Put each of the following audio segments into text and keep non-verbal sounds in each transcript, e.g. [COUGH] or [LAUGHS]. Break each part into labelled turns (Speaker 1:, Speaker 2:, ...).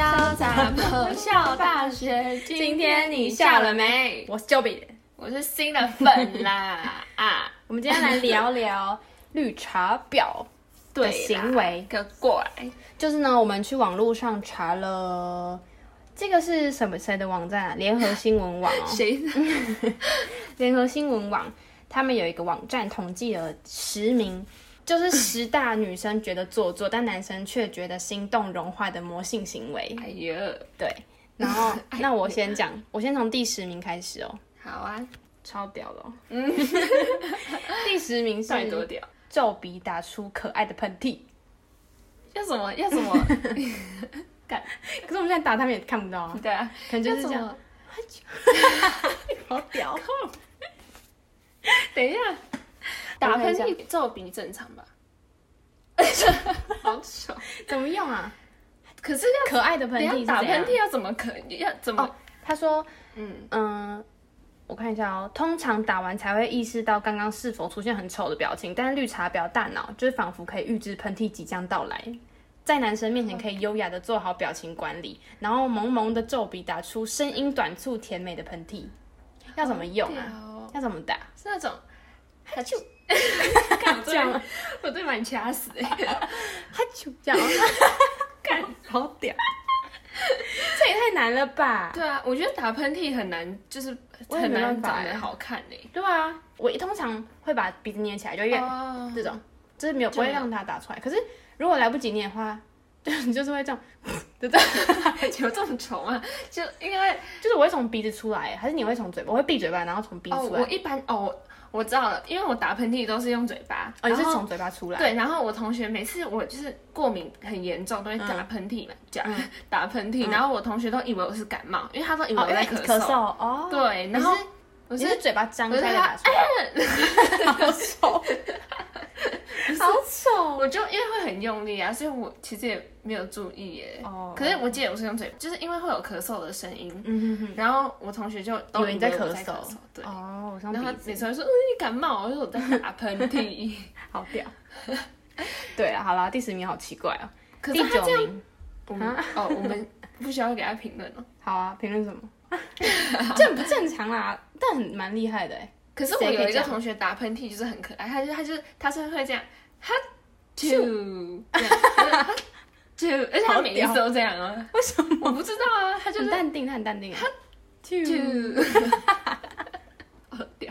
Speaker 1: 马爆笑大学，今天你笑了没？
Speaker 2: 我是 Joey，
Speaker 1: 我是新的粉啦啊！
Speaker 2: 我们今天来聊聊绿茶婊的行为。
Speaker 1: 给我过来，
Speaker 2: 就是呢，我们去网络上查了，这个是什么谁的网站啊？联合新闻网
Speaker 1: [LAUGHS]
Speaker 2: 哦，
Speaker 1: 谁？
Speaker 2: 联合新闻网，他们有一个网站统计了十名，就是十大女生觉得做作，但男生却觉得心动融化的魔性行为。
Speaker 1: 哎呀，
Speaker 2: 对，
Speaker 1: [LAUGHS]
Speaker 2: 然后那我先讲，我先从第十名开始哦，
Speaker 1: 好啊，
Speaker 2: 超屌的哦。嗯， [LAUGHS] 第十名是
Speaker 1: 到底多屌？
Speaker 2: 皱鼻打出可爱的喷嚏，
Speaker 1: 要什么？要什么？干
Speaker 2: 可是我们现在打他们也看不到啊，
Speaker 1: 对啊，
Speaker 2: 可能就是这样。
Speaker 1: 好屌！等一下，打喷嚏皱鼻正常吧？好丑！
Speaker 2: 怎么用 [LAUGHS] 啊？
Speaker 1: 可是要
Speaker 2: 可爱的喷
Speaker 1: 等一
Speaker 2: 嚏
Speaker 1: 下打
Speaker 2: 是怎样
Speaker 1: 喷嚏要怎么可要怎么
Speaker 2: 哦？他说，
Speaker 1: 嗯，
Speaker 2: 嗯、我看一下哦，通常打完才会意识到刚刚是否出现很丑的表情，但是绿茶婊大脑就是仿佛可以预知喷嚏即将到来。在男生面前可以优雅的做好表情管理，然后萌萌的皱鼻，打出声音短促甜美的喷嚏，要怎么用
Speaker 1: 好屌
Speaker 2: 啊？
Speaker 1: 哦
Speaker 2: 要怎么打？
Speaker 1: 是那种，他 [LAUGHS] 就，干我
Speaker 2: 这样吗
Speaker 1: 对，我对把你掐死 [LAUGHS] 哎、
Speaker 2: 他就这样， [LAUGHS]
Speaker 1: 干，好屌！
Speaker 2: 这也太难了吧？
Speaker 1: 对啊，我觉得打喷嚏很难，就是
Speaker 2: 我也
Speaker 1: 很
Speaker 2: 没
Speaker 1: 难
Speaker 2: 办法
Speaker 1: 长
Speaker 2: 哎
Speaker 1: 得好看哎、
Speaker 2: 对啊，我通常会把鼻子捏起来，就越、
Speaker 1: 哦
Speaker 2: 这种，就是没有不
Speaker 1: 就没
Speaker 2: 会
Speaker 1: 有
Speaker 2: 让它打出来。可是如果来不及捏的话， [LAUGHS] 就你就是会这样，就这样，
Speaker 1: [LAUGHS] 有这么丑吗？就因为
Speaker 2: 就是我会从鼻子出来，还是你会从嘴巴？我会闭嘴巴，然后从鼻子
Speaker 1: 哦，
Speaker 2: 出来。
Speaker 1: 我一般哦，我我知道了，因为我打喷嚏都是用嘴巴，
Speaker 2: 哦，你是
Speaker 1: 然后
Speaker 2: 从嘴巴出来。
Speaker 1: 对，然后我同学每次我就是过敏很严重，都会打喷嚏嘛，讲、 [LAUGHS] 打喷嚏，然后我同学都以为我是感冒，嗯因为他都以为
Speaker 2: 哦
Speaker 1: 我，
Speaker 2: 因为
Speaker 1: 在
Speaker 2: 你
Speaker 1: 咳
Speaker 2: 咳嗽哦。
Speaker 1: 对，然
Speaker 2: 你
Speaker 1: 后
Speaker 2: 是
Speaker 1: 我
Speaker 2: 你是嘴巴张开
Speaker 1: 我
Speaker 2: 的
Speaker 1: 是
Speaker 2: 打出来，
Speaker 1: [LAUGHS]
Speaker 2: 好丑， [LAUGHS] 好丑。
Speaker 1: 我就因为会很用力啊，所以我其实也没有注意耶。
Speaker 2: 哦
Speaker 1: 可是我记得我是用嘴，就是因为会有咳嗽的声音，
Speaker 2: 嗯哼
Speaker 1: 然后我同学就
Speaker 2: 哼，以
Speaker 1: 都
Speaker 2: 为你
Speaker 1: 在
Speaker 2: 在咳
Speaker 1: 嗽，对。
Speaker 2: 哦，我上
Speaker 1: 然后
Speaker 2: 鼻
Speaker 1: 他
Speaker 2: 子，
Speaker 1: 每次会说：“嗯，你感冒。”我就说：“我在打喷嚏。
Speaker 2: [LAUGHS] 好
Speaker 1: [LAUGHS]
Speaker 2: 屌。对啊，好啦，第十名好奇怪哦。”
Speaker 1: 可
Speaker 2: 第
Speaker 1: 是他
Speaker 2: 九
Speaker 1: 这样，
Speaker 2: 名，啊
Speaker 1: 我们哦，我们不需要给他评论哦。
Speaker 2: 好啊，评论什
Speaker 1: [LAUGHS]
Speaker 2: 么？正不正常啦？但很蛮厉害的哎。
Speaker 1: 可是我
Speaker 2: 谁可
Speaker 1: 有
Speaker 2: 以
Speaker 1: 一个
Speaker 2: 这样
Speaker 1: 同学打喷嚏就是很可爱，他就他就是他是会这样，他就这样他就，而且他每一次都这样啊。
Speaker 2: 为什么？
Speaker 1: 我不知道啊，他就
Speaker 2: 很
Speaker 1: 是
Speaker 2: 淡定，他很淡定啊。
Speaker 1: [LAUGHS] 就，好屌。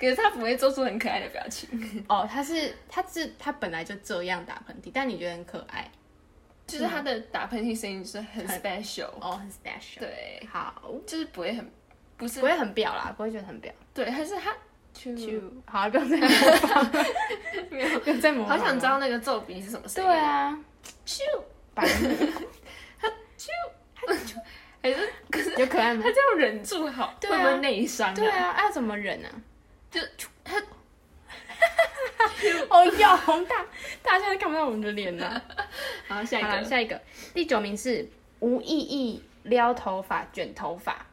Speaker 1: 可是他不会做出很可爱的表情，
Speaker 2: 哦，他是他是他本来就这样打喷嚏，但你觉得很可爱
Speaker 1: 就是他的打喷嚏声音就是很 special，
Speaker 2: 哦，很 special。
Speaker 1: 对，
Speaker 2: 好，
Speaker 1: 就是不会很，不是嗯
Speaker 2: 不，会很表啦，不会觉得很表。
Speaker 1: 对，他是他就
Speaker 2: 就好，不用
Speaker 1: [LAUGHS]
Speaker 2: 再模仿，
Speaker 1: 没有，
Speaker 2: 不用再模
Speaker 1: 好
Speaker 2: 仿。
Speaker 1: 想知。道那个皱鼻是什么声
Speaker 2: 对
Speaker 1: 音，，
Speaker 2: 啊，
Speaker 1: 啾，
Speaker 2: 白目
Speaker 1: 还是可是
Speaker 2: 有可
Speaker 1: 他
Speaker 2: 爱
Speaker 1: [LAUGHS]
Speaker 2: 吗？
Speaker 1: 这样忍住好，
Speaker 2: 对
Speaker 1: 会
Speaker 2: 啊
Speaker 1: 不会内伤啊？
Speaker 2: 对 [LAUGHS] 啊，哎要怎么忍啊？
Speaker 1: 就他
Speaker 2: 哦哟，宏大，大家现在看不到我们的脸啊呢。
Speaker 1: 好，下一
Speaker 2: 好了，
Speaker 1: 个，
Speaker 2: 下一个，第九名是无意义撩头发、卷头发，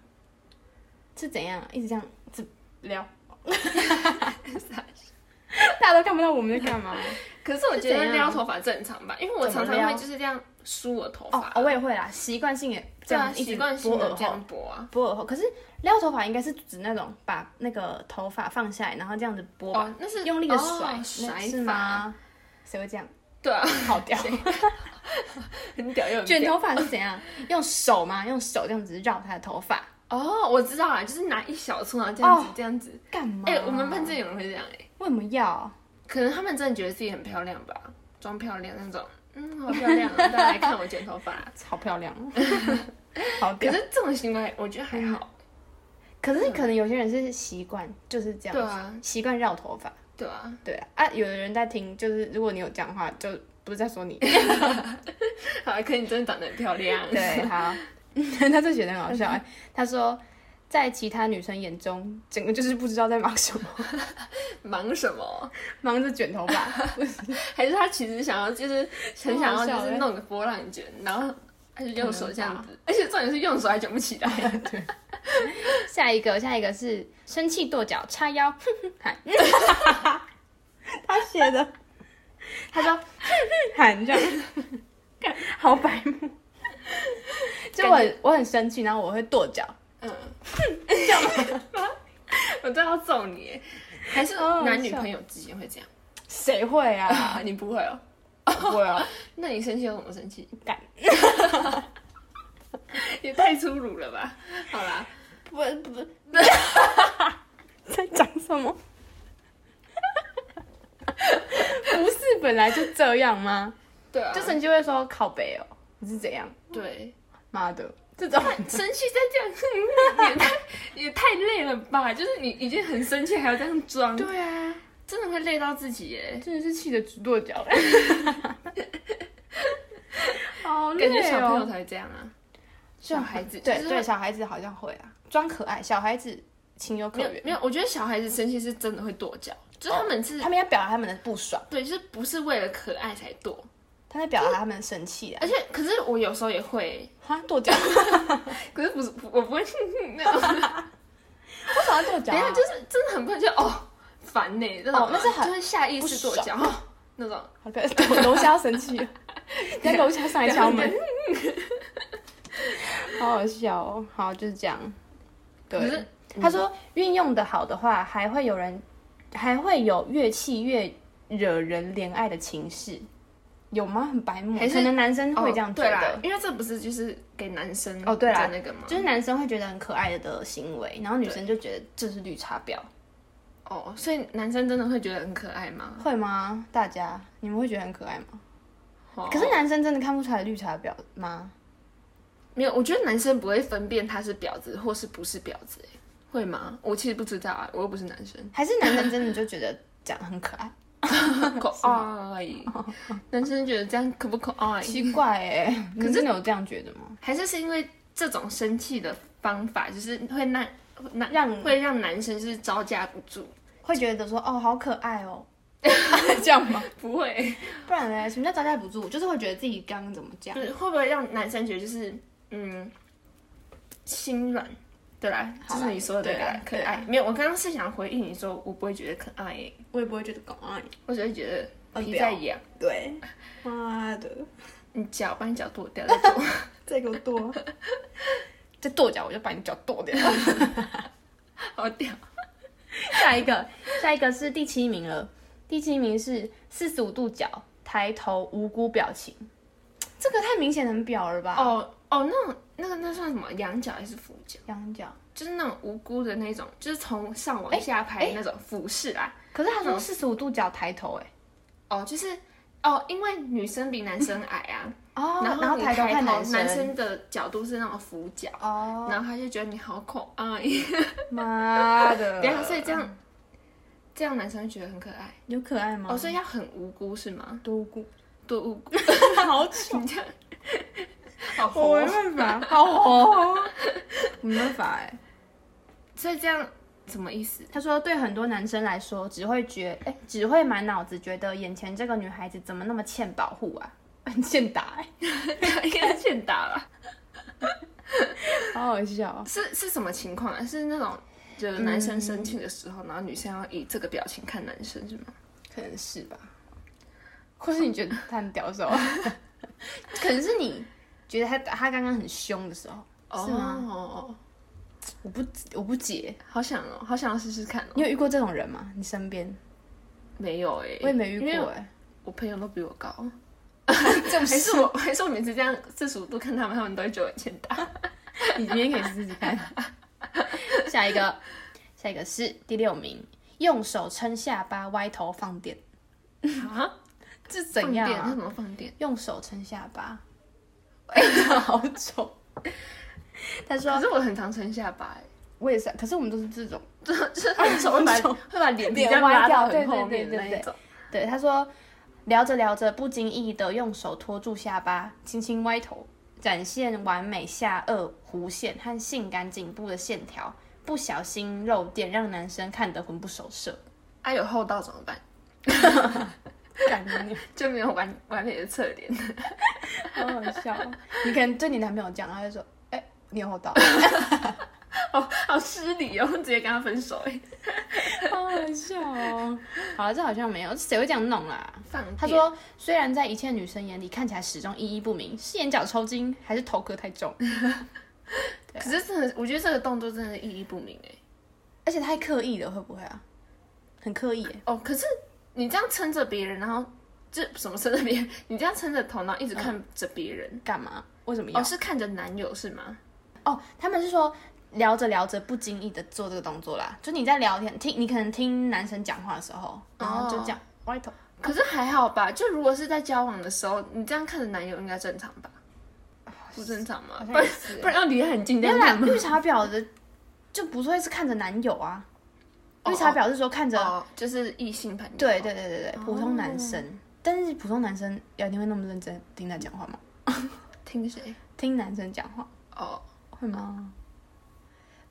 Speaker 2: 是怎样啊？一直这样只撩， [LAUGHS] 大家都看不到我们在干嘛。
Speaker 1: 可是我觉得
Speaker 2: 是怎样
Speaker 1: 撩头发正常吧，因为我常
Speaker 2: 怎么
Speaker 1: 常
Speaker 2: 撩
Speaker 1: 会就是这样梳我头
Speaker 2: 哦
Speaker 1: 发，，
Speaker 2: 我也会啦，习惯性也这
Speaker 1: 对
Speaker 2: 样
Speaker 1: 啊，
Speaker 2: 一直
Speaker 1: 习惯性
Speaker 2: 拨
Speaker 1: 的
Speaker 2: 耳
Speaker 1: 这
Speaker 2: 后，
Speaker 1: 样拨啊。
Speaker 2: 拨耳后。可是撩头发应该是指那种把那个头发放下来，然后这样子拨吧，
Speaker 1: 哦，那是
Speaker 2: 用力的
Speaker 1: 哦
Speaker 2: 甩，那
Speaker 1: 甩法
Speaker 2: 是？吗？谁会这样？
Speaker 1: 对啊，
Speaker 2: [LAUGHS] 好
Speaker 1: [LAUGHS]
Speaker 2: 屌！
Speaker 1: 很屌又很
Speaker 2: 卷
Speaker 1: 屌
Speaker 2: 头发是怎样？用手吗？用手这样子绕他的头发，
Speaker 1: 哦，我知道啦，就是拿一小撮，然后这样子这样子。
Speaker 2: 干嘛？
Speaker 1: 哎，我们班真的有人会这样哎，
Speaker 2: 为什么要？
Speaker 1: 可能他们真的觉得自己很漂亮吧，装漂亮那种。嗯，好漂亮啊，大家来看我卷头发。啊 [LAUGHS]
Speaker 2: 好漂 [LAUGHS] 亮哦，好
Speaker 1: 可
Speaker 2: 屌。
Speaker 1: 是这种行为我觉得还好，
Speaker 2: 可是可能有些人是习惯就是这样，
Speaker 1: 对啊，
Speaker 2: 习惯绕头发，
Speaker 1: 对啊，
Speaker 2: 对啊。啊，有的人在听，就是如果你有这样的话，就不是在说你。
Speaker 1: 好，可是你真的长得很漂亮。
Speaker 2: [LAUGHS] 对，好，他这写的很好笑哎、他说。在其他女生眼中，整个就是不知道在忙什么， [LAUGHS]
Speaker 1: 忙什么？
Speaker 2: 忙着卷头发。
Speaker 1: 还是他其实想要就是很想要就是弄个波浪卷，然后他就用手这样子，而且重点是用手还卷不起来，
Speaker 2: 下一个，下一个是生气跺脚、叉腰， [LAUGHS] 哼哼喊。他写的， [LAUGHS] 他说哼哼喊这样，好白目。就我很我很生气，然后我会跺脚，
Speaker 1: 嗯， [LAUGHS] 这样吗？我真的要揍你耶！还是
Speaker 2: 好好
Speaker 1: 男女
Speaker 2: 笑
Speaker 1: 朋友之间会 [LAUGHS] 这样？
Speaker 2: 谁会 [LAUGHS] 啊？
Speaker 1: 你不会哦？
Speaker 2: 不会啊，
Speaker 1: 那你生气有什么生气？
Speaker 2: 干，
Speaker 1: [LAUGHS] 也太粗鲁了吧！好啦，
Speaker 2: 不不， [LAUGHS] 在讲什么？不是本来就这样吗？
Speaker 1: 对啊，
Speaker 2: 就是你就会说靠北哦，你是怎样？
Speaker 1: 对，
Speaker 2: 妈的，这种
Speaker 1: 生气再这样，嗯也太 [LAUGHS] 也太累了吧？就是你已经很生气，还要这样装，
Speaker 2: 对啊，
Speaker 1: 真的会累到自己耶。
Speaker 2: 真的是气得直跺
Speaker 1: [LAUGHS]
Speaker 2: 脚，好
Speaker 1: 感觉
Speaker 2: 累
Speaker 1: 小朋友
Speaker 2: 哦。
Speaker 1: 才会这样啊，小孩子
Speaker 2: 对
Speaker 1: 就是
Speaker 2: 对，小孩子好像会啊，装可爱，小孩子情有可
Speaker 1: 没有
Speaker 2: 原，
Speaker 1: 没有，我觉得小孩子生气是真的会跺脚，就是他们是、
Speaker 2: 哦他们要表达他们的不爽，
Speaker 1: 对，就是不是为了可爱才跺，
Speaker 2: 他在表达他们的生气啊，
Speaker 1: 而且可是我有时候也会，
Speaker 2: 哈
Speaker 1: [LAUGHS]
Speaker 2: 跺脚，
Speaker 1: 可是不是我不会 [LAUGHS] 那种，
Speaker 2: 为什么要跺脚
Speaker 1: 等一
Speaker 2: 啊
Speaker 1: 下就是真的很不就哦烦呢、这种
Speaker 2: 哦那是很
Speaker 1: 就会下意识跺脚哦那种，
Speaker 2: 好了，不要楼下要生
Speaker 1: [LAUGHS]
Speaker 2: 气了，你在楼下上来敲门， [LAUGHS] 好好笑哦。好，就是这样。
Speaker 1: 可
Speaker 2: 对
Speaker 1: 是，
Speaker 2: 他说运用的好的话，还会有人，还会有越气越惹人怜爱的情势，有吗？很白目，
Speaker 1: 还是
Speaker 2: 可能男生会
Speaker 1: 哦
Speaker 2: 这样觉
Speaker 1: 对啦
Speaker 2: 得，，
Speaker 1: 因为这不是就是给男生
Speaker 2: 哦对啦
Speaker 1: 的那个吗？
Speaker 2: 就是男生会觉得很可爱的行为，然后女生就觉得这是绿茶婊，
Speaker 1: 哦，所以男生真的会觉得很可爱吗？
Speaker 2: 会吗？大家你们会觉得很可爱吗？
Speaker 1: 哦
Speaker 2: 可是男生真的看不出来绿茶婊吗？
Speaker 1: 没有，我觉得男生不会分辨他是婊子或是不是婊子、欸，会吗？我其实不知道啊，我又不是男
Speaker 2: [LAUGHS]
Speaker 1: 生。
Speaker 2: 还是男生真的就觉得这样很
Speaker 1: [LAUGHS]
Speaker 2: 可爱？
Speaker 1: 可爱，男生觉得这样可不可爱？
Speaker 2: 奇怪哎、可是你有这样觉得吗？
Speaker 1: 还是是因为这种生气的方法，就是会让那
Speaker 2: 让
Speaker 1: 会让男生是招架不住？
Speaker 2: 会觉得说哦，好可
Speaker 1: [LAUGHS]
Speaker 2: 爱哦，这样吗？
Speaker 1: 不会，
Speaker 2: 不然呢？什么叫招架不住？就是会觉得自己刚刚怎么讲
Speaker 1: 就？是会不会让男生觉得就是嗯心软？对啦，就
Speaker 2: 好啦
Speaker 1: 是你说的
Speaker 2: 对啦
Speaker 1: 啦，可
Speaker 2: 对啦
Speaker 1: 爱。没有，我刚刚是想回应你说，我不会觉得可爱欸，
Speaker 2: 我也不会觉得可爱。
Speaker 1: 我只会觉得
Speaker 2: 嗯
Speaker 1: 皮
Speaker 2: 不要
Speaker 1: 在痒，
Speaker 2: 对，妈的，
Speaker 1: 你脚把你脚跺掉再
Speaker 2: [LAUGHS]
Speaker 1: 跺。
Speaker 2: 再给我跺， [LAUGHS] 再跺脚我就把你脚跺掉。
Speaker 1: 好哦屌！
Speaker 2: 下一个，下一个是第七名了。第七名是四十五度角抬头无辜表情，这个太明显很表了吧？哦，
Speaker 1: 哦哦，那种那个那算什么？仰角还是俯角？
Speaker 2: 羊角。
Speaker 1: 就是那种无辜的那种，就是从上往下拍的那种俯视啦。
Speaker 2: 可是他说四十五度角抬头、欸，
Speaker 1: 哦，就是哦，因为女生比男生矮啊，
Speaker 2: 哎，哦
Speaker 1: 然
Speaker 2: 然后
Speaker 1: 你
Speaker 2: 抬头看
Speaker 1: 男
Speaker 2: 生，
Speaker 1: 生的角度是那种俯角，
Speaker 2: 哦，
Speaker 1: 然后他就觉得你好可爱。 [LAUGHS]
Speaker 2: 妈的！ [LAUGHS]
Speaker 1: 等一下，所以这样这样男生会觉得很可爱。
Speaker 2: 有可爱吗？
Speaker 1: 哦，所以要很无辜是吗？
Speaker 2: 多姑，
Speaker 1: 多无辜，
Speaker 2: [LAUGHS] 好
Speaker 1: [LAUGHS]
Speaker 2: 丑，
Speaker 1: 你这样好
Speaker 2: 我
Speaker 1: 活
Speaker 2: 没。办法，好红，哦没办法哎。
Speaker 1: 所以这样什么意思？ [LAUGHS]
Speaker 2: 他说，对很多男生来说，只会觉哎、只会满脑子觉得眼前这个女孩子怎么那么欠保护啊， [LAUGHS] 很欠打哎、
Speaker 1: 应该欠打吧？
Speaker 2: 好好笑哦。
Speaker 1: 是是什么情况啊？是那种就是
Speaker 2: 嗯
Speaker 1: 男生生气的时候，然后女生要以这个表情看男生是吗？
Speaker 2: 可能是吧，或是你觉得他很屌的时候， [LAUGHS] 可能是你觉得他他刚刚很凶的时候，是吗？
Speaker 1: 哦，
Speaker 2: 我不我不解，
Speaker 1: 好想哦，好想要试试看哦。
Speaker 2: 你有遇过这种人吗？你身边
Speaker 1: 没有哎、
Speaker 2: 我也没遇
Speaker 1: 因
Speaker 2: 过
Speaker 1: 为
Speaker 2: 哎、
Speaker 1: 我朋友都比我高，
Speaker 2: [LAUGHS] 这种
Speaker 1: [LAUGHS] 还是我还是我每次这样四十五度看他们，他们都会觉得我欠
Speaker 2: [LAUGHS]
Speaker 1: 打。
Speaker 2: 你明天可以试试 [LAUGHS] 看。下一个，下一个是第六名，用手撑下巴，歪头放电，
Speaker 1: 啊？
Speaker 2: 这怎样、
Speaker 1: 放电那
Speaker 2: 啊？
Speaker 1: 怎么放电？
Speaker 2: 用手撑下巴， [LAUGHS] 哎好丑。他说
Speaker 1: 可是我很常撑下巴、
Speaker 2: [LAUGHS]
Speaker 1: 欸，
Speaker 2: 我也是啊，可是我们都是这种。
Speaker 1: 就是 [LAUGHS] 很丑，会把
Speaker 2: 很丑
Speaker 1: 会把脸皮
Speaker 2: 脸
Speaker 1: 这样拉到
Speaker 2: 歪掉
Speaker 1: 很
Speaker 2: 对
Speaker 1: 后面的
Speaker 2: 对对
Speaker 1: 那
Speaker 2: 对
Speaker 1: 一种。
Speaker 2: 对，他说聊着聊着，不经意的用手托住下巴，轻轻歪头，展现完美下颚弧线和性感颈部的线条，不小心漏电，让男生看得魂不守舍。
Speaker 1: 啊，有厚道怎么办？
Speaker 2: 感觉
Speaker 1: 就没有完完美的侧脸。
Speaker 2: 好好笑哦。 [LAUGHS] 你可能对你男朋友讲，他就说：“哎、你有厚道。
Speaker 1: 哦，好失礼哦，直接跟他分手哎、”
Speaker 2: [LAUGHS] 好好笑哦。好了，这好像没有，谁会这样弄啦？
Speaker 1: 放电
Speaker 2: 他说，虽然在一切女生眼里看起来始终意义不明，是眼角抽筋还是头壳太重， [LAUGHS]
Speaker 1: 可是真的，我觉得这个动作真的意义不明哎、
Speaker 2: 而且太刻意了，会不会啊？很刻意耶，
Speaker 1: 哦，可是你这样撑着别人，然后这什么撑着别人？你这样撑着头，然后一直看着别人。
Speaker 2: 干嘛？为嗯什么要
Speaker 1: 哦，？是看着男友是吗？
Speaker 2: 哦，他们是说聊着聊着不经意的做这个动作啦，就你在聊天听，你可能听男生讲话的时候，然后就这样歪头。
Speaker 1: 可是还好吧，就如果是在交往的时候，你这样看着男友应该正常吧？不正常吗？
Speaker 2: 哦好
Speaker 1: 不
Speaker 2: 像也
Speaker 1: 然
Speaker 2: 是
Speaker 1: 不然要离很近这
Speaker 2: 没有
Speaker 1: 样
Speaker 2: 啦，
Speaker 1: 看吗？
Speaker 2: 绿茶婊的就不会是看着男友啊，
Speaker 1: 哦
Speaker 2: 绿茶婊是说看着，
Speaker 1: 哦，就是异性朋友。
Speaker 2: 啊对对对对对，普通男生。但是普通男生，呀，你会那么认真听他讲话吗？
Speaker 1: 听谁？
Speaker 2: 听男生讲话 [LAUGHS]
Speaker 1: 哦，
Speaker 2: 会吗？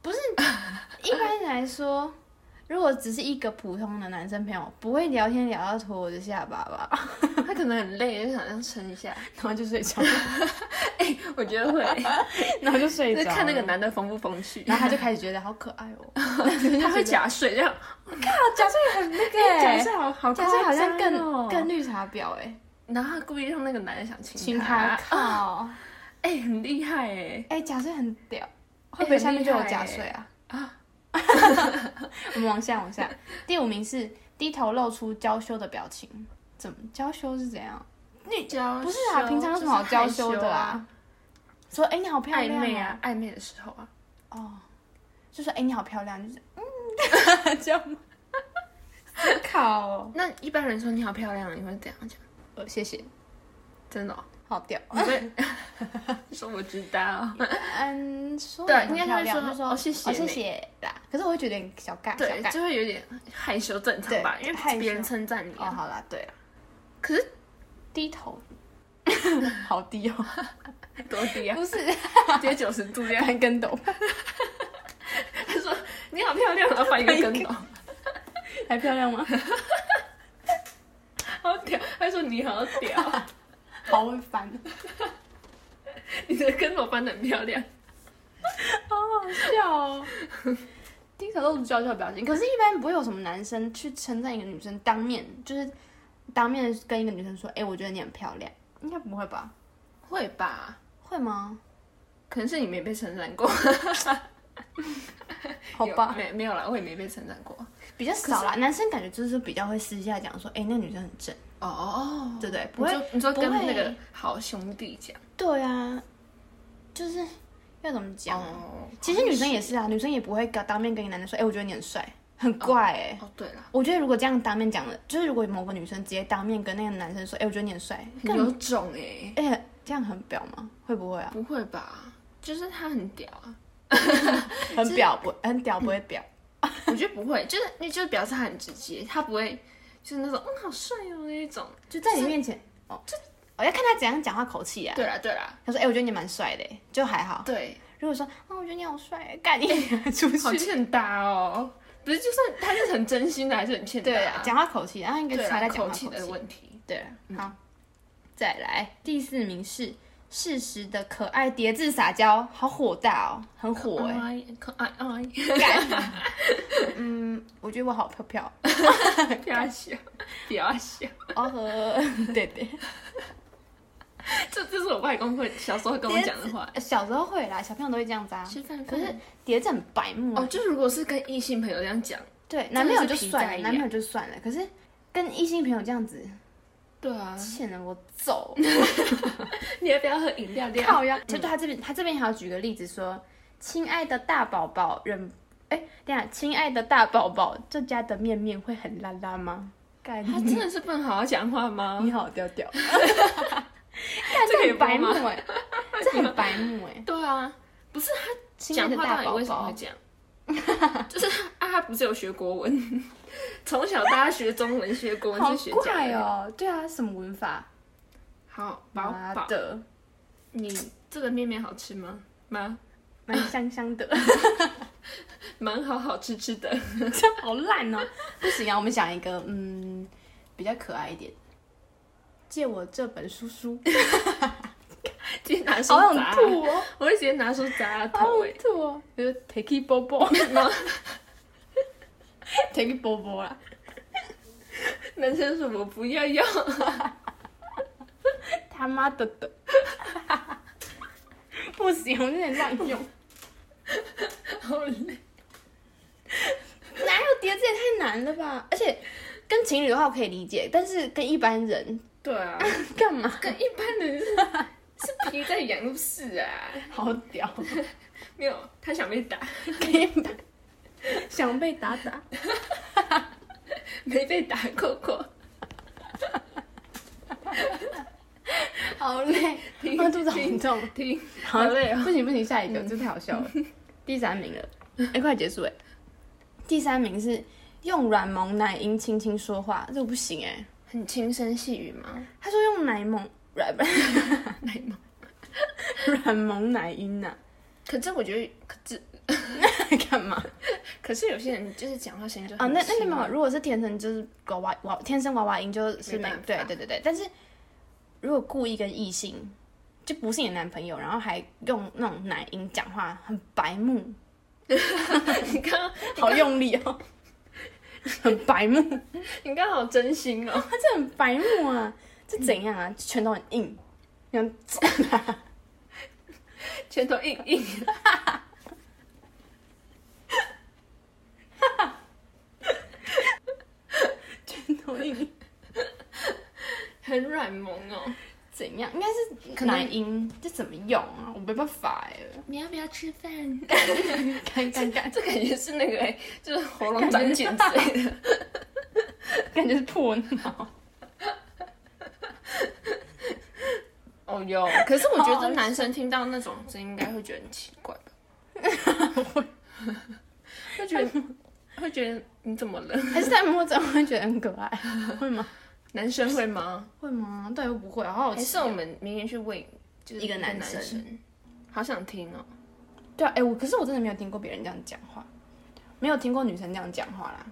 Speaker 2: 不是，一般来说，如果只是一个普通的男生朋友，不会聊天聊到拖我的下巴吧？ [LAUGHS]
Speaker 1: 他可能很累，就想要撑一下。
Speaker 2: 然后就睡着，
Speaker 1: 我觉得会，
Speaker 2: 然后就睡
Speaker 1: 就是
Speaker 2: 着。
Speaker 1: [LAUGHS] 看那个，男的风不风趣，
Speaker 2: 然后他就开始觉得好可爱
Speaker 1: [LAUGHS]
Speaker 2: 哦。
Speaker 1: 他会假睡这样。
Speaker 2: 假睡很那
Speaker 1: 假
Speaker 2: 个，
Speaker 1: 睡好好夸
Speaker 2: 假
Speaker 1: 张哦，
Speaker 2: 睡好像更更绿茶婊哎，
Speaker 1: 然后他故意让那个男的想亲
Speaker 2: 亲他靠，
Speaker 1: 哎、很厉害哎、
Speaker 2: 哎，假睡很屌，会不会下面就有假睡啊？啊，我们往下往下，第五名是低头露出娇羞的表情，怎么娇羞是怎样？
Speaker 1: 你娇
Speaker 2: 不是啊，平常有什么好娇羞的啊？？说哎你好
Speaker 1: 就是
Speaker 2: 漂
Speaker 1: 害羞
Speaker 2: 亮
Speaker 1: 暧
Speaker 2: 哦
Speaker 1: 昧，啊，暧昧的时候啊，
Speaker 2: 就说哎你好漂亮，就是
Speaker 1: [LAUGHS]
Speaker 2: 嗯这样吗？靠哦，
Speaker 1: 那一般人说你好漂亮，你会怎样讲？
Speaker 2: 呃谢谢，
Speaker 1: 真
Speaker 2: [LAUGHS]
Speaker 1: 的、哦，
Speaker 2: 好
Speaker 1: [LAUGHS]
Speaker 2: 屌。
Speaker 1: 你
Speaker 2: [LAUGHS]
Speaker 1: 会说我知道，
Speaker 2: 嗯，说
Speaker 1: 对
Speaker 2: 得很
Speaker 1: 应该
Speaker 2: 漂
Speaker 1: 会
Speaker 2: 亮
Speaker 1: 说
Speaker 2: 就说
Speaker 1: 哦谢谢
Speaker 2: 谢
Speaker 1: 你
Speaker 2: 谢啦。可是我会觉得有点小尬，小 [LAUGHS]
Speaker 1: 对，
Speaker 2: 尬。
Speaker 1: 就会有点害羞，正常吧？
Speaker 2: [LAUGHS] 对
Speaker 1: 因为
Speaker 2: 害羞
Speaker 1: 别人称赞你
Speaker 2: 哦，
Speaker 1: 啊、
Speaker 2: 好啦，对啦，
Speaker 1: 可是
Speaker 2: 低头，
Speaker 1: [LAUGHS]
Speaker 2: 好低哦，
Speaker 1: 多低
Speaker 2: [LAUGHS]
Speaker 1: 啊，
Speaker 2: 不是
Speaker 1: 直接九十度这样。
Speaker 2: 翻
Speaker 1: [LAUGHS]
Speaker 2: 跟斗，
Speaker 1: 他说你好漂亮，然后翻一个跟
Speaker 2: [LAUGHS]
Speaker 1: 头，
Speaker 2: 还漂亮吗？
Speaker 1: 好屌。他说你好屌，
Speaker 2: [LAUGHS] 好会翻，
Speaker 1: [LAUGHS] 你的跟头翻的很漂亮。
Speaker 2: 好好笑哦。低头露出娇羞的表情，可是，一般不会有什么男生去称赞一个女生，当面就是当面跟一个女生说：“哎、我觉得你很漂亮。”应该不会吧？
Speaker 1: 会吧？
Speaker 2: 会吗？
Speaker 1: 可能是你没被称赞过，
Speaker 2: 好吧
Speaker 1: 有，没没有啦，我也没被称赞过。
Speaker 2: 比较少啦。男生感觉就是比较会私下讲说：“哎、那女生很正，
Speaker 1: 哦，
Speaker 2: 对不对？”不
Speaker 1: 你
Speaker 2: 会
Speaker 1: 说你说
Speaker 2: 不
Speaker 1: 跟
Speaker 2: 会
Speaker 1: 那个好兄弟讲
Speaker 2: 对啊，就是要怎么讲啊？
Speaker 1: 哦，
Speaker 2: 其实女生也是啊，女生也不会跟当面跟你男的说，哎、我觉得你很帅，很怪哎、
Speaker 1: 哦对了，
Speaker 2: 我觉得如果这样当面讲的，就是如果某个女生直接当面跟那个男生说，哎、我觉得你很帅，
Speaker 1: 很有种哎，
Speaker 2: 哎、这样很表吗？会不会啊？
Speaker 1: 不会吧？就是他很屌啊， [LAUGHS]
Speaker 2: [LAUGHS] 很表不，很屌不会表。
Speaker 1: 我觉得不会，就是那就是表示他很直接，他不会就是那种嗯好帅哦那一种。
Speaker 2: 就在你面前，哦，就我、要看他怎样讲话口气啊。
Speaker 1: 对啦对啦，
Speaker 2: 他说，哎、我觉得你蛮帅的、哎就还好。
Speaker 1: 对，
Speaker 2: 如果说，啊、我觉得你好帅、哎干你出
Speaker 1: 好
Speaker 2: 去。
Speaker 1: 欠打哦。不是，就算他是很真心的，还是很欠打。
Speaker 2: 对啊，讲话口气，然后应该
Speaker 1: 对
Speaker 2: 是他
Speaker 1: 啦，
Speaker 2: 在讲话
Speaker 1: 口
Speaker 2: 口气
Speaker 1: 气的问题。
Speaker 2: 对了，啊好，再来第四名是适时的可爱叠字撒娇，好火大哦，很火哎、
Speaker 1: 哎，可爱哎。
Speaker 2: [LAUGHS] 干嗯，我觉得我好飘飘，
Speaker 1: 不要笑， [LAUGHS] 不要笑，
Speaker 2: 哦呵，对对，
Speaker 1: 这这是我外公会小时候跟我讲的话。
Speaker 2: 小时候会啦，小朋友都会这样子啊。
Speaker 1: 吃饭嗯可
Speaker 2: 可是
Speaker 1: 是
Speaker 2: 叠字很白目啊、
Speaker 1: 哦，就如果是跟异性朋友这样讲，
Speaker 2: 对，
Speaker 1: 的
Speaker 2: 男朋友就是
Speaker 1: 皮
Speaker 2: 算
Speaker 1: 在
Speaker 2: 了，
Speaker 1: 痒
Speaker 2: 男朋友就算了，可是跟异性朋友这样子，
Speaker 1: 对啊，
Speaker 2: 欠了我
Speaker 1: [LAUGHS]
Speaker 2: 走。
Speaker 1: 你要不要喝饮料？这样
Speaker 2: 靠呀！就对他这边，他这边还要举个例子说，亲爱的大宝宝，忍哎，等一下，亲爱的大宝宝，这家的面面会很拉拉吗？干
Speaker 1: 他真的是不能好好讲话吗？
Speaker 2: 你好调调，
Speaker 1: [LAUGHS]
Speaker 2: [LAUGHS] 干
Speaker 1: 这可以
Speaker 2: 很白目
Speaker 1: 播
Speaker 2: 哎，这很白目哎，
Speaker 1: 对啊，不是他
Speaker 2: 亲爱
Speaker 1: 讲
Speaker 2: 的
Speaker 1: 话
Speaker 2: 大
Speaker 1: 到底
Speaker 2: 宝
Speaker 1: 为什么
Speaker 2: 宝
Speaker 1: 会，这样？ [LAUGHS] 就是啊，他不是有学国文， [LAUGHS] 从小大家学中文、学国文
Speaker 2: 好
Speaker 1: 是学这样
Speaker 2: 怪
Speaker 1: 的。
Speaker 2: 哦，对啊，什么文法？
Speaker 1: 好，宝
Speaker 2: 妈
Speaker 1: 宝，
Speaker 2: 的，
Speaker 1: 你这个面面好吃吗？妈，
Speaker 2: 蛮香香的，
Speaker 1: 蛮好好吃吃的。 [LAUGHS]
Speaker 2: 这样好烂哦，不行啊，我们想一个嗯比较可爱一点，借我这本书书，
Speaker 1: 直接拿手
Speaker 2: 好想
Speaker 1: 砸，
Speaker 2: 吐 [LAUGHS] 哦。
Speaker 1: 我会直接拿手砸他
Speaker 2: 好
Speaker 1: 头欸
Speaker 2: [LAUGHS] 吐哦！就是 take it bobo，
Speaker 1: 然后
Speaker 2: 摕去波波啊啦，
Speaker 1: 男生说我不要用，
Speaker 2: 他妈的的， [LAUGHS] 不行，我有点乱用，
Speaker 1: 好累。
Speaker 2: [LAUGHS] 哪有叠字也太难了吧？而且跟情侣的话我可以理解，但是跟一般人 [LAUGHS]
Speaker 1: 对啊，
Speaker 2: 干嘛？
Speaker 1: 跟一般人是是皮在痒，不是啊？
Speaker 2: 好屌，
Speaker 1: 没有，他想被打，
Speaker 2: 可以打，想被打打，
Speaker 1: 没被打过过。
Speaker 2: 好累，
Speaker 1: 停
Speaker 2: 我肚子好痛。
Speaker 1: 听，
Speaker 2: 好
Speaker 1: 累哦
Speaker 2: 不行不行，下一个，这太好笑
Speaker 1: [LAUGHS]
Speaker 2: 了。第三名了，哎、快结束哎。第三名是用软萌奶音轻轻说话，这我不行哎。
Speaker 1: 很轻声细语吗？
Speaker 2: 他说用奶萌软 [LAUGHS] 奶萌软萌奶音 [LAUGHS] 呐、
Speaker 1: 可是我觉得，可是
Speaker 2: 啊，干嘛
Speaker 1: 可是有些人就是讲话声音就
Speaker 2: 啊？
Speaker 1: 很
Speaker 2: 那
Speaker 1: 轻
Speaker 2: 那没有，如果是天生就是娃娃娃天生娃娃音就是
Speaker 1: 没
Speaker 2: 没
Speaker 1: 办法
Speaker 2: 对对对对，但是如果故意跟异性就不是你的男朋友，然后还用那种奶音讲话，很白目。
Speaker 1: 你刚刚
Speaker 2: 好用力哦，很白目，
Speaker 1: 你刚好真心哦，
Speaker 2: 他这很白目啊，这怎样啊？拳头很硬，然后
Speaker 1: 拳头硬硬。
Speaker 2: 拳头硬
Speaker 1: 很软萌哦。
Speaker 2: 怎样？应该是
Speaker 1: 可能
Speaker 2: 奶音，这怎么用啊？我没办法哎，
Speaker 1: 你要不要吃饭？
Speaker 2: 看看看，
Speaker 1: 啊这感觉是那个哎、就是喉咙长茧之类的。
Speaker 2: 感觉是破脑。
Speaker 1: [LAUGHS] 哦哟，可是我觉得男生听到那种声音，应该会觉得很奇怪吧？ [LAUGHS] 会，会觉得会觉得你怎么了？
Speaker 2: 还是他摸着会觉得很可爱，会吗？
Speaker 1: 男生会吗？
Speaker 2: 会吗？对，不会，好好
Speaker 1: 还
Speaker 2: 奇
Speaker 1: 是我们明天去问，就是
Speaker 2: 一个男生
Speaker 1: 生。好想听哦，
Speaker 2: 对啊，哎，我可是我真的没有听过别人这样讲话，没有听过女生这样讲话啦，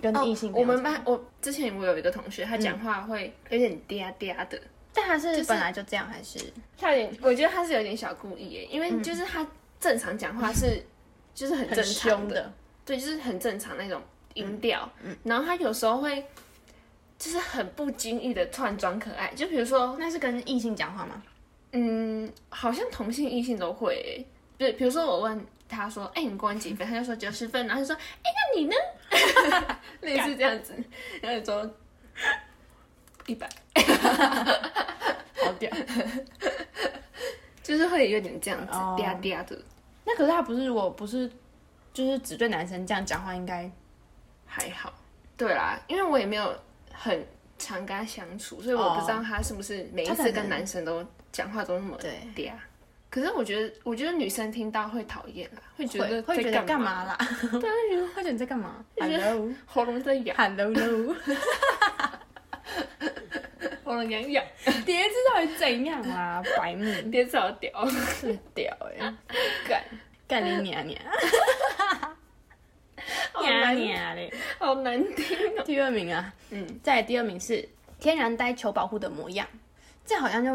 Speaker 2: 跟异性
Speaker 1: 哦我
Speaker 2: 朋友
Speaker 1: 们
Speaker 2: 讲
Speaker 1: 班我之前我有一个同学，他讲话会有点嗲嗲的，
Speaker 2: 但他是
Speaker 1: 是
Speaker 2: 本来就这样还是？
Speaker 1: 他有点，我觉得他是有点小故意耶，因为就是他正常讲话是，就是很正
Speaker 2: 很
Speaker 1: 常
Speaker 2: 凶
Speaker 1: 的，
Speaker 2: 的，
Speaker 1: 对，就是很正常那种音调。然后他有时候会，就是很不经意的突然装可爱，就比如说，
Speaker 2: 哦那是跟异性讲话吗？
Speaker 1: 嗯，好像同性异性都会耶，对，比如说我问他说，哎、你过完几分？他就说九十分，然后就说，哎、那你呢？
Speaker 2: [LAUGHS]
Speaker 1: 类似这样子，然后就说一百，
Speaker 2: 好屌！
Speaker 1: [LAUGHS] 就是会有点这样子
Speaker 2: 哦
Speaker 1: 嗲嗲的，
Speaker 2: 那可是他不是，如果不是，就是只对男生这样讲话，应该
Speaker 1: 还好。对啦，因为我也没有很常跟他相处，所以我不知道他是不是每一
Speaker 2: 他可
Speaker 1: 次
Speaker 2: 能
Speaker 1: 跟男生都讲话都那么
Speaker 2: 对
Speaker 1: 对啊，可是我觉得，我觉得女生听到会讨厌啦，会觉得
Speaker 2: 会会觉
Speaker 1: 在
Speaker 2: 得
Speaker 1: 干
Speaker 2: 干？嘛啦？ [LAUGHS]
Speaker 1: [LAUGHS]
Speaker 2: 对，会觉得会觉得你在干嘛
Speaker 1: 觉得
Speaker 2: ？Hello
Speaker 1: 喉咙在
Speaker 2: [LAUGHS]
Speaker 1: 痒，
Speaker 2: Hello Hello，
Speaker 1: 喉咙痒痒，
Speaker 2: 别知道底怎样啦，白目，
Speaker 1: 别找
Speaker 2: [LAUGHS]
Speaker 1: 屌，
Speaker 2: 是屌哎，
Speaker 1: 干，
Speaker 2: 干你娘 [LAUGHS] 娘
Speaker 1: 好
Speaker 2: 娘
Speaker 1: 难，
Speaker 2: 娘嘞！
Speaker 1: 好难
Speaker 2: 嗯
Speaker 1: 听哦。
Speaker 2: 第二名啊，
Speaker 1: 嗯，
Speaker 2: 再来第二名是天然呆求保护的模样，这好像就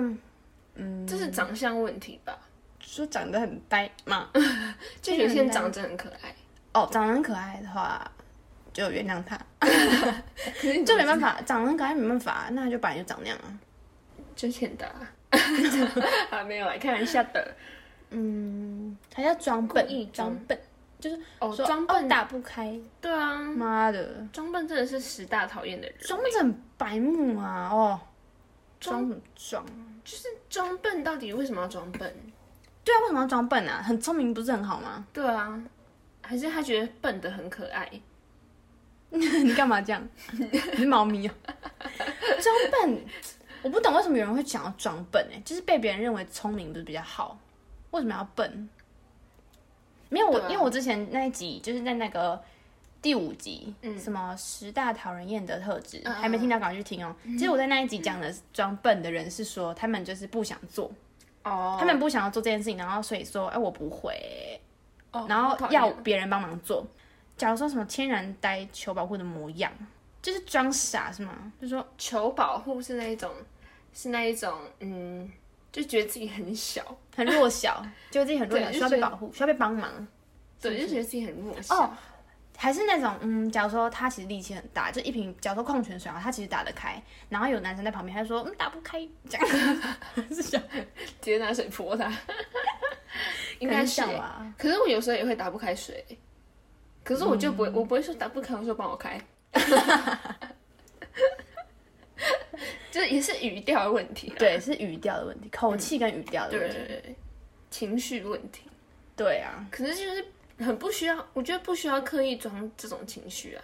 Speaker 2: 嗯
Speaker 1: 这是长相问题吧？
Speaker 2: 说长得很呆嘛。
Speaker 1: 就有些人
Speaker 2: 天然呆
Speaker 1: 长得很可爱，
Speaker 2: 哦，长得很可爱的话，就原谅他，
Speaker 1: 可是
Speaker 2: 就没办法，长得很可爱没办法，那就本来就长那样啊。
Speaker 1: 就欠打。 [LAUGHS] 啊，没有啦，开玩笑的。
Speaker 2: 嗯，还要装
Speaker 1: 故
Speaker 2: 笨
Speaker 1: 意，
Speaker 2: 装
Speaker 1: 装
Speaker 2: 笨，就是
Speaker 1: 哦，
Speaker 2: 说
Speaker 1: 装
Speaker 2: 哦
Speaker 1: 笨，
Speaker 2: 打不开，
Speaker 1: 对啊，
Speaker 2: 妈的，
Speaker 1: 装笨真的是十大讨厌的人。
Speaker 2: 装笨真的很白目啊！哦，
Speaker 1: 装
Speaker 2: 装什么装？
Speaker 1: 就是装笨，到底为什么要装笨？
Speaker 2: 对啊，为什么要装笨啊？很聪明不是很好吗？
Speaker 1: 对啊，还是他觉得笨的很可爱？
Speaker 2: [LAUGHS] 你干嘛
Speaker 1: [LAUGHS]
Speaker 2: 这样？你是猫咪啊？装笨，我不懂为什么有人会想要装笨哎、就是被别人认为聪明不是比较好，为什么要笨？没有我，
Speaker 1: 对啊
Speaker 2: 因为我之前那一集就是在那个第五集，什么十大讨人厌的特质，
Speaker 1: 嗯
Speaker 2: 还没听到赶快去听哦、其实我在那一集讲的装笨的人是说，他们就是不想做，
Speaker 1: 哦
Speaker 2: 他们不想要做这件事情，然后所以说，哎、我不会、
Speaker 1: 哦
Speaker 2: 然后
Speaker 1: 讨厌
Speaker 2: 要别人帮忙做。假如说什么天然呆求保护的模样，就是装傻是吗？就说
Speaker 1: 求保护是那一种，是那一种，嗯，就觉得自己很小，
Speaker 2: 很
Speaker 1: [LAUGHS]
Speaker 2: 弱小，觉得自己很弱小，
Speaker 1: 对
Speaker 2: 需要
Speaker 1: 就
Speaker 2: 被
Speaker 1: 觉得
Speaker 2: 保护，需要被帮忙。
Speaker 1: 对，就觉得自己很弱小。
Speaker 2: 哦，还是那种，嗯，假如说他其实力气很大，就一瓶，假如说矿泉水啊，他其实打得开，然后有男生在旁边，他就说，嗯，打不开，这样是这样，
Speaker 1: 直接拿水泼他， [LAUGHS] 应该是
Speaker 2: 可
Speaker 1: 欸
Speaker 2: 能这样吧
Speaker 1: 可是我有时候也会打不开水，可是我就不会，我不会说打不开，我说帮我 [LAUGHS] 开，就是也是语调的问题啦。
Speaker 2: 对，是语调的问题，口气跟语调的
Speaker 1: 对
Speaker 2: 问
Speaker 1: 对
Speaker 2: 题，
Speaker 1: 对对，情绪问题。
Speaker 2: 对啊，
Speaker 1: 可是就是很不需要，我觉得不需要刻意装这种情绪啊。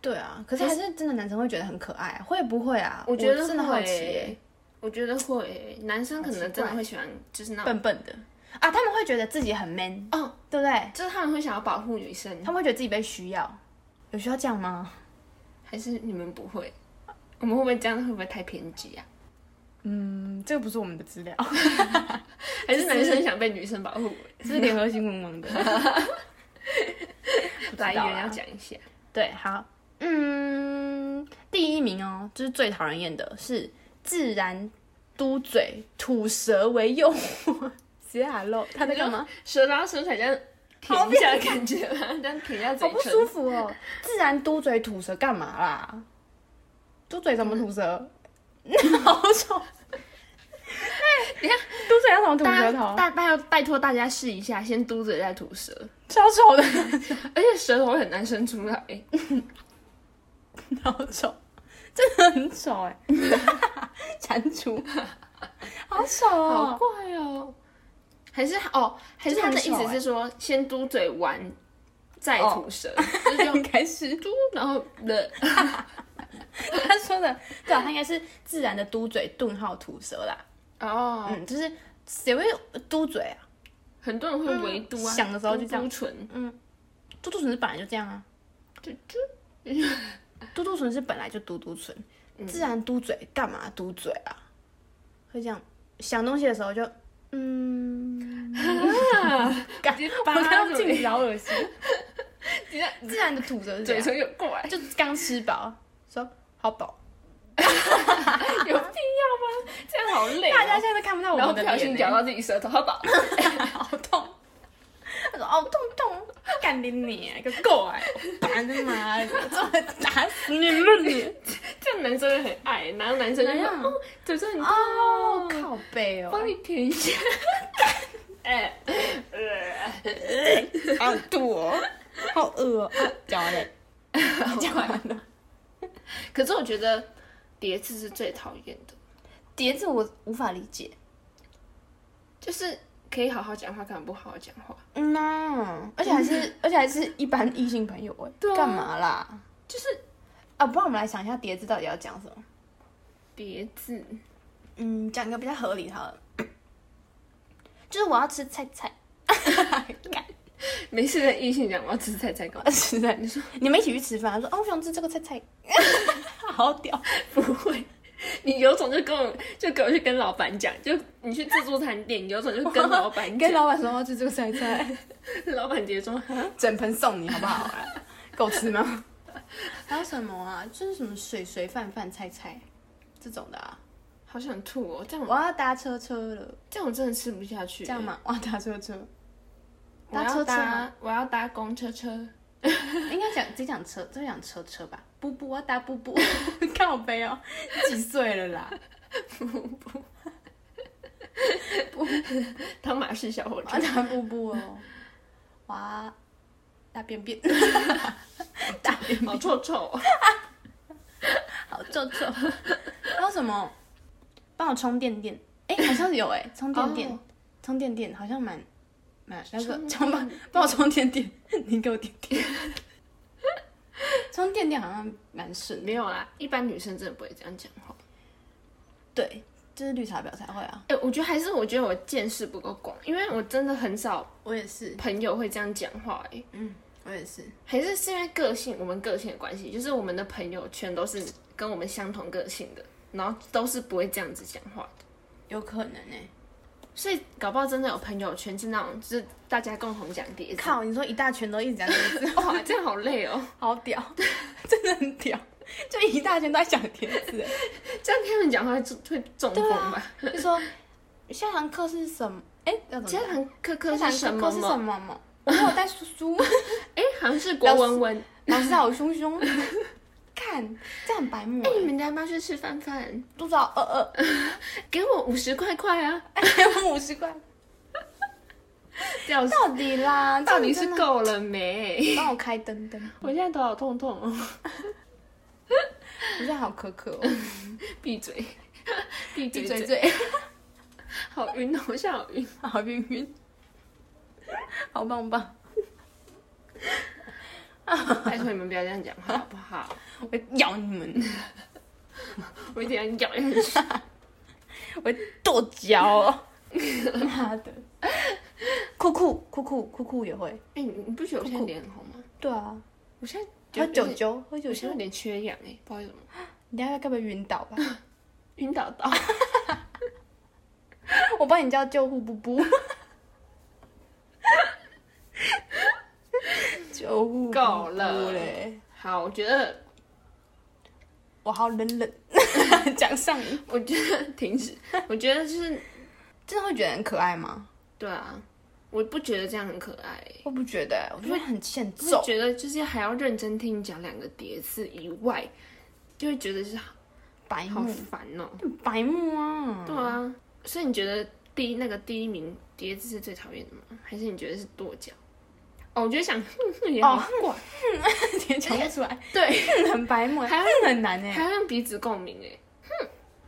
Speaker 2: 对啊，可是还是真的男生会觉得很可爱，会不会啊？我
Speaker 1: 觉得
Speaker 2: 真的好
Speaker 1: 会欸
Speaker 2: 奇耶，
Speaker 1: 我觉得会欸，男生可
Speaker 2: 好
Speaker 1: 能
Speaker 2: 奇
Speaker 1: 真的
Speaker 2: 怪
Speaker 1: 会喜欢，就是那种，
Speaker 2: 笨笨的啊，他们会觉得自己很 man，
Speaker 1: 哦，
Speaker 2: 对不对？
Speaker 1: 就是他们会想要保护女生，
Speaker 2: 他们会觉得自己被需要，有需要这样吗？
Speaker 1: 还是你们不会？我们会不会这样？会不会太偏激啊？
Speaker 2: 嗯，这个不是我们的资料，
Speaker 1: 还是男生想被女生保护？
Speaker 2: 是联合新闻网的。
Speaker 1: 来
Speaker 2: 道啊
Speaker 1: 源要讲一下。
Speaker 2: [LAUGHS] 对，好，嗯，第一名哦，就是最讨人厌的是自然嘟嘴吐舌为诱惑。 [LAUGHS] 谁海漏？他在干嘛？
Speaker 1: 舌到舌才这样
Speaker 2: 好
Speaker 1: 舔一下的感觉吗？ [LAUGHS] 这样舔一下嘴
Speaker 2: 好
Speaker 1: 唇，
Speaker 2: 不舒服哦！自然嘟嘴吐舌干嘛啦？嘟嘴怎么吐舌？ [LAUGHS] 好丑！嗯哎，嘟嘴要怎么吐
Speaker 1: 大
Speaker 2: 舌
Speaker 1: 家
Speaker 2: 头？
Speaker 1: 大大家拜托大家试一下，先嘟嘴再吐舌，
Speaker 2: 超丑的，
Speaker 1: 而且舌头很难伸出来。
Speaker 2: [LAUGHS] 好丑，真的很丑哎！ [LAUGHS] 蟾蜍，好丑
Speaker 1: 好
Speaker 2: 哦！
Speaker 1: 怪哦！还是哦，还是他欸的意思是说，先嘟嘴完再吐舌，就是 [LAUGHS] 用
Speaker 2: [LAUGHS] 应该是
Speaker 1: 嘟，然后的
Speaker 2: 他说的，对啊，他应该是自然的嘟嘴顿号吐舌啦。
Speaker 1: 哦，
Speaker 2: 嗯，就是谁会嘟嘴啊？
Speaker 1: 很多人会围嘟啊，
Speaker 2: 嗯想的时候就这样
Speaker 1: 嘟嘟唇，
Speaker 2: 嘟嘟唇是本来就这样啊，
Speaker 1: 嘟嘟嗯
Speaker 2: 嘟嘟唇是本来就嘟嘟唇，自然嘟嘴干嘛嘟嘴啊？会这样想东西的时
Speaker 1: [LAUGHS]
Speaker 2: 候就嗯，干
Speaker 1: 直接
Speaker 2: 我
Speaker 1: 扒哎
Speaker 2: 刚刚
Speaker 1: 嘴
Speaker 2: 镜子好
Speaker 1: [LAUGHS]
Speaker 2: 恶心，
Speaker 1: 直接
Speaker 2: 自然的吐舌是这
Speaker 1: 嘴
Speaker 2: 样，
Speaker 1: 唇有 [LAUGHS] 怪，
Speaker 2: 就刚吃饱说好饱，
Speaker 1: 有必要吗？这样好累哦。
Speaker 2: [LAUGHS] 大家现在都看不到我
Speaker 1: 然后
Speaker 2: 们
Speaker 1: 不小
Speaker 2: 的
Speaker 1: 心
Speaker 2: 脸
Speaker 1: 咬
Speaker 2: 欸，
Speaker 1: 到自己舌头，好不 [LAUGHS] 好？
Speaker 2: 好痛。他说：“哦，痛痛，干你你个狗哎！我打你啊妈的，我打死你论你！
Speaker 1: 这样男生会很爱，然后男生就
Speaker 2: 怎
Speaker 1: 说
Speaker 2: 样
Speaker 1: 哦，嘴唇很痛
Speaker 2: [LAUGHS] 哦，
Speaker 1: 哦，
Speaker 2: 靠背哦，
Speaker 1: 帮你舔一 [LAUGHS] 下。哎，
Speaker 2: 好肚哦，好饿哦，啊讲完了， [LAUGHS] 讲完了。
Speaker 1: 可是我觉得叠字是最讨厌的。
Speaker 2: 碟子我无法理解，
Speaker 1: 就是可以好好讲话，干嘛不好好讲话？
Speaker 2: 嗯呐，而且还 [LAUGHS] 是而且还是一般异性朋友哎，
Speaker 1: 对啊
Speaker 2: 干嘛啦？
Speaker 1: 就是
Speaker 2: 啊，不然我们来想一下碟子到底要讲什么？
Speaker 1: 别字，
Speaker 2: 嗯，讲一个比较合理好了， [COUGHS] 就是我要吃菜菜，
Speaker 1: 没事跟异性讲我要吃菜菜干嘛？
Speaker 2: 吃菜，你说你们一起去吃饭，他说啊我想吃这个菜菜， [LAUGHS] 好屌，
Speaker 1: 不会，你有种就跟我就给我去跟老板讲，就你去自助餐店，你有种就跟老板
Speaker 2: 跟 [LAUGHS]
Speaker 1: 讲，
Speaker 2: 老板说我要吃这个菜菜。
Speaker 1: 老板直接说哈
Speaker 2: 整盆送你好不好、啊？够吃吗？还有什么啊？就是什么水水饭饭菜菜这种的啊。
Speaker 1: 好想吐哦，这样
Speaker 2: 我
Speaker 1: 我
Speaker 2: 要搭车车了，
Speaker 1: 这样我真的吃不下去。
Speaker 2: 这样？吗？我要搭车车，
Speaker 1: 我要
Speaker 2: 搭
Speaker 1: 搭
Speaker 2: 车车
Speaker 1: 我要搭公车车，
Speaker 2: 应该讲只讲车，只讲车车 [LAUGHS] 吧。布布，我要搭布 [LAUGHS] 布，看我背哦，几岁了啦？
Speaker 1: 当马式小火
Speaker 2: 我
Speaker 1: 车
Speaker 2: 要。搭布布哦，我要 [LAUGHS] 大便便，大便
Speaker 1: [LAUGHS] 好臭臭哦，
Speaker 2: 好臭臭。还有什么？帮我充电电，哎、好像有哎、充电电
Speaker 1: 哦
Speaker 2: 充电电好像蛮蛮那个
Speaker 1: 充
Speaker 2: 充帮帮我充电电，你给我点点。充电电好像蛮顺的，
Speaker 1: 没有啦，一般女生真的不会这样讲话。
Speaker 2: 对，就是绿茶婊才会啊。
Speaker 1: 哎、我觉得还是我觉得我见识不够广，因为我真的很少
Speaker 2: 我也是，
Speaker 1: 朋友会这样讲话、欸，
Speaker 2: 我也是，
Speaker 1: 还是是因为个性，我们个性的关系，就是我们的朋友圈都是跟我们相同个性的，然后都是不会这样子讲话的，
Speaker 2: 有可能哎、
Speaker 1: 所以搞不好真的有朋友圈是那种就是大家共同讲叠字，
Speaker 2: 靠，你说一大圈都一直在叠字，
Speaker 1: 哇，这样好累哦，
Speaker 2: 好屌， [LAUGHS] 真的很屌，就一大圈都在讲叠字、哎
Speaker 1: 这样听他们讲话会会中风吧？
Speaker 2: 就说下堂课是什么？哎、要怎么
Speaker 1: 这
Speaker 2: 讲？
Speaker 1: 堂课课
Speaker 2: 下
Speaker 1: 是
Speaker 2: 堂
Speaker 1: 什
Speaker 2: 课
Speaker 1: 么
Speaker 2: 是什
Speaker 1: 吗？
Speaker 2: 么吗？我没有带书书，
Speaker 1: [LAUGHS] 哎，好像是国文文。
Speaker 2: 老师好凶凶。看，这很白目欸
Speaker 1: 哎，，你们家要不要去吃饭饭？
Speaker 2: 多少？呃
Speaker 1: [LAUGHS]
Speaker 2: 呃，
Speaker 1: 给我五十块块啊！
Speaker 2: 哎，给我五十块，
Speaker 1: 掉
Speaker 2: 到底啦？
Speaker 1: 到底
Speaker 2: 这
Speaker 1: 是
Speaker 2: 样真的
Speaker 1: 够了没？
Speaker 2: 帮我开灯灯，
Speaker 1: 我现在头好痛痛哦！
Speaker 2: 我现在好可可
Speaker 1: [LAUGHS]
Speaker 2: 哦，
Speaker 1: 闭嘴，闭嘴
Speaker 2: 闭
Speaker 1: 嘴
Speaker 2: 嘴，嘴，
Speaker 1: 好晕哦，我现在好晕。
Speaker 2: [LAUGHS] 好晕晕， [LAUGHS] 好棒棒，
Speaker 1: [LAUGHS] 拜托你们不要这样讲话好不好？
Speaker 2: 我会咬你们，
Speaker 1: 我一定要咬下去。
Speaker 2: 我会跺脚， [LAUGHS] 妈的，酷酷酷酷酷酷也会，
Speaker 1: 哎，你你不觉得我现在脸很红吗？
Speaker 2: 对啊，
Speaker 1: 我现在有
Speaker 2: 喝酒
Speaker 1: 点，
Speaker 2: 酒喝酒
Speaker 1: 我现
Speaker 2: 酒
Speaker 1: 在有，点缺氧哎，不知道为什么，
Speaker 2: 你等一下该不会晕 [LAUGHS] 倒吧？
Speaker 1: 晕倒倒。
Speaker 2: 我帮你叫救护布布。救护布布
Speaker 1: 够了
Speaker 2: 嘞！
Speaker 1: 好，我觉得，
Speaker 2: 我好冷 [LAUGHS] 冷，讲上瘾，
Speaker 1: 我觉得停止，我觉得就是，
Speaker 2: 真的会觉得很可爱吗？
Speaker 1: 对啊，我不觉得这样很可爱欸。
Speaker 2: 我不觉得欸，我觉得很欠
Speaker 1: 就
Speaker 2: 揍。
Speaker 1: 觉得就是还要认真听你讲两个叠字以外，就会觉得是好
Speaker 2: 白
Speaker 1: 好
Speaker 2: 目，
Speaker 1: 烦哦、
Speaker 2: 白目啊！
Speaker 1: 对啊，所以你觉得第一那个第一名叠字是最讨厌的吗？还是你觉得是跺脚？哦，我觉得想 [LAUGHS] 也好
Speaker 2: [LAUGHS]
Speaker 1: 怪，
Speaker 2: 也讲不出来，
Speaker 1: 对，
Speaker 2: [LAUGHS] 很白目欸，
Speaker 1: 还
Speaker 2: 很难哎。
Speaker 1: 还要让鼻子共鸣哎。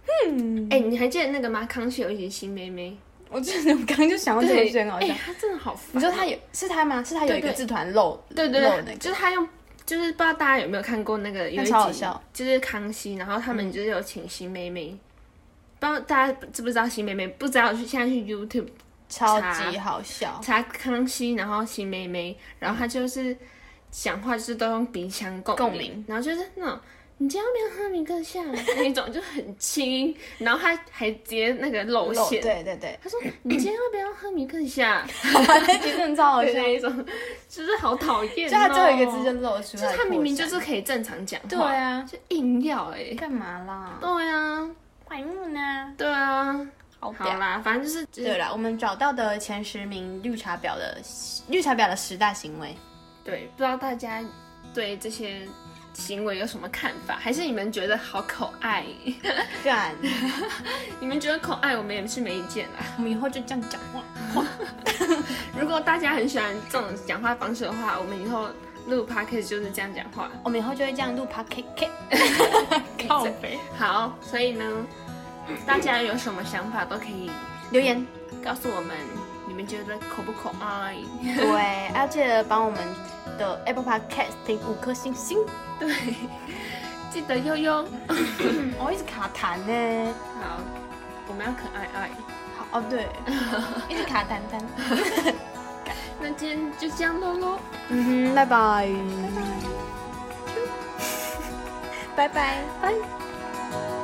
Speaker 1: 哼，哎、你还记得那个吗？康熙有一集新妹妹，
Speaker 2: 我真的，我刚刚就想到这个，觉得很好
Speaker 1: 哎、
Speaker 2: 笑。
Speaker 1: 她真的好烦。
Speaker 2: 你说他有是他吗？是他有一个
Speaker 1: 对对
Speaker 2: 字团漏
Speaker 1: 对对
Speaker 2: 漏
Speaker 1: 对，
Speaker 2: 那个，
Speaker 1: 就是他用，就是不知道大家有没有看过那个有
Speaker 2: 那
Speaker 1: 一
Speaker 2: 超好
Speaker 1: 集
Speaker 2: 笑，嗯
Speaker 1: 就是康熙，然后他们就是有请新妹妹，不知道大家知不知道新妹妹？不知道去现在去 YouTube
Speaker 2: 超级好笑。
Speaker 1: 查康熙，然后新妹妹，然后她就是讲话就是都用鼻腔共
Speaker 2: 共鸣
Speaker 1: 鸣，然后就是那种。你今天要不要喝一个下？
Speaker 2: [LAUGHS]
Speaker 1: 那一种就很轻，然后她还接那个露
Speaker 2: 漏
Speaker 1: 馅。
Speaker 2: 对对 [LAUGHS] 对，
Speaker 1: 她说：“你今天要不要喝米克夏
Speaker 2: 那集真的超？”好
Speaker 1: 对
Speaker 2: 笑。
Speaker 1: 那一种，就是好讨厌、哦。
Speaker 2: 就他最后一个字就露出
Speaker 1: 就
Speaker 2: 来，
Speaker 1: 是他明明就是可以正常讲话，
Speaker 2: 对啊，
Speaker 1: 就硬要哎、
Speaker 2: 干嘛啦？
Speaker 1: 对啊，
Speaker 2: 白目呢？
Speaker 1: 对啊，
Speaker 2: 好
Speaker 1: 好啦，反正就是就是
Speaker 2: 对了，我们找到的前十名绿茶婊的绿茶婊的十大行为，
Speaker 1: 对，不知道大家对这些行为有什么看法？还是你们觉得好可爱？
Speaker 2: 干，
Speaker 1: 你们觉得可爱，我们也是没意见啦。
Speaker 2: [LAUGHS] 我们以后就这样讲话。
Speaker 1: 如果大家很喜欢这种讲话方式的话，我们以后录 podcast 就是这样讲话。
Speaker 2: 我们以后就会这样录 p o d [LAUGHS] c a
Speaker 1: 靠
Speaker 2: 背
Speaker 1: 好，所以呢，大家有什么想法都可以
Speaker 2: 留言，
Speaker 1: 告诉我们，你们觉得可不可爱？ [LAUGHS]
Speaker 2: 对，要记得帮我们的 Apple Podcast 评五颗星星。
Speaker 1: 对，记得悠悠。
Speaker 2: 嗯，我一直卡痰呢。
Speaker 1: 好，我们要可爱爱。
Speaker 2: 好哦，对， [LAUGHS] 一直卡痰痰。
Speaker 1: 那今天就这样喽喽，
Speaker 2: 嗯哼，拜拜，拜拜，拜拜。
Speaker 1: 拜。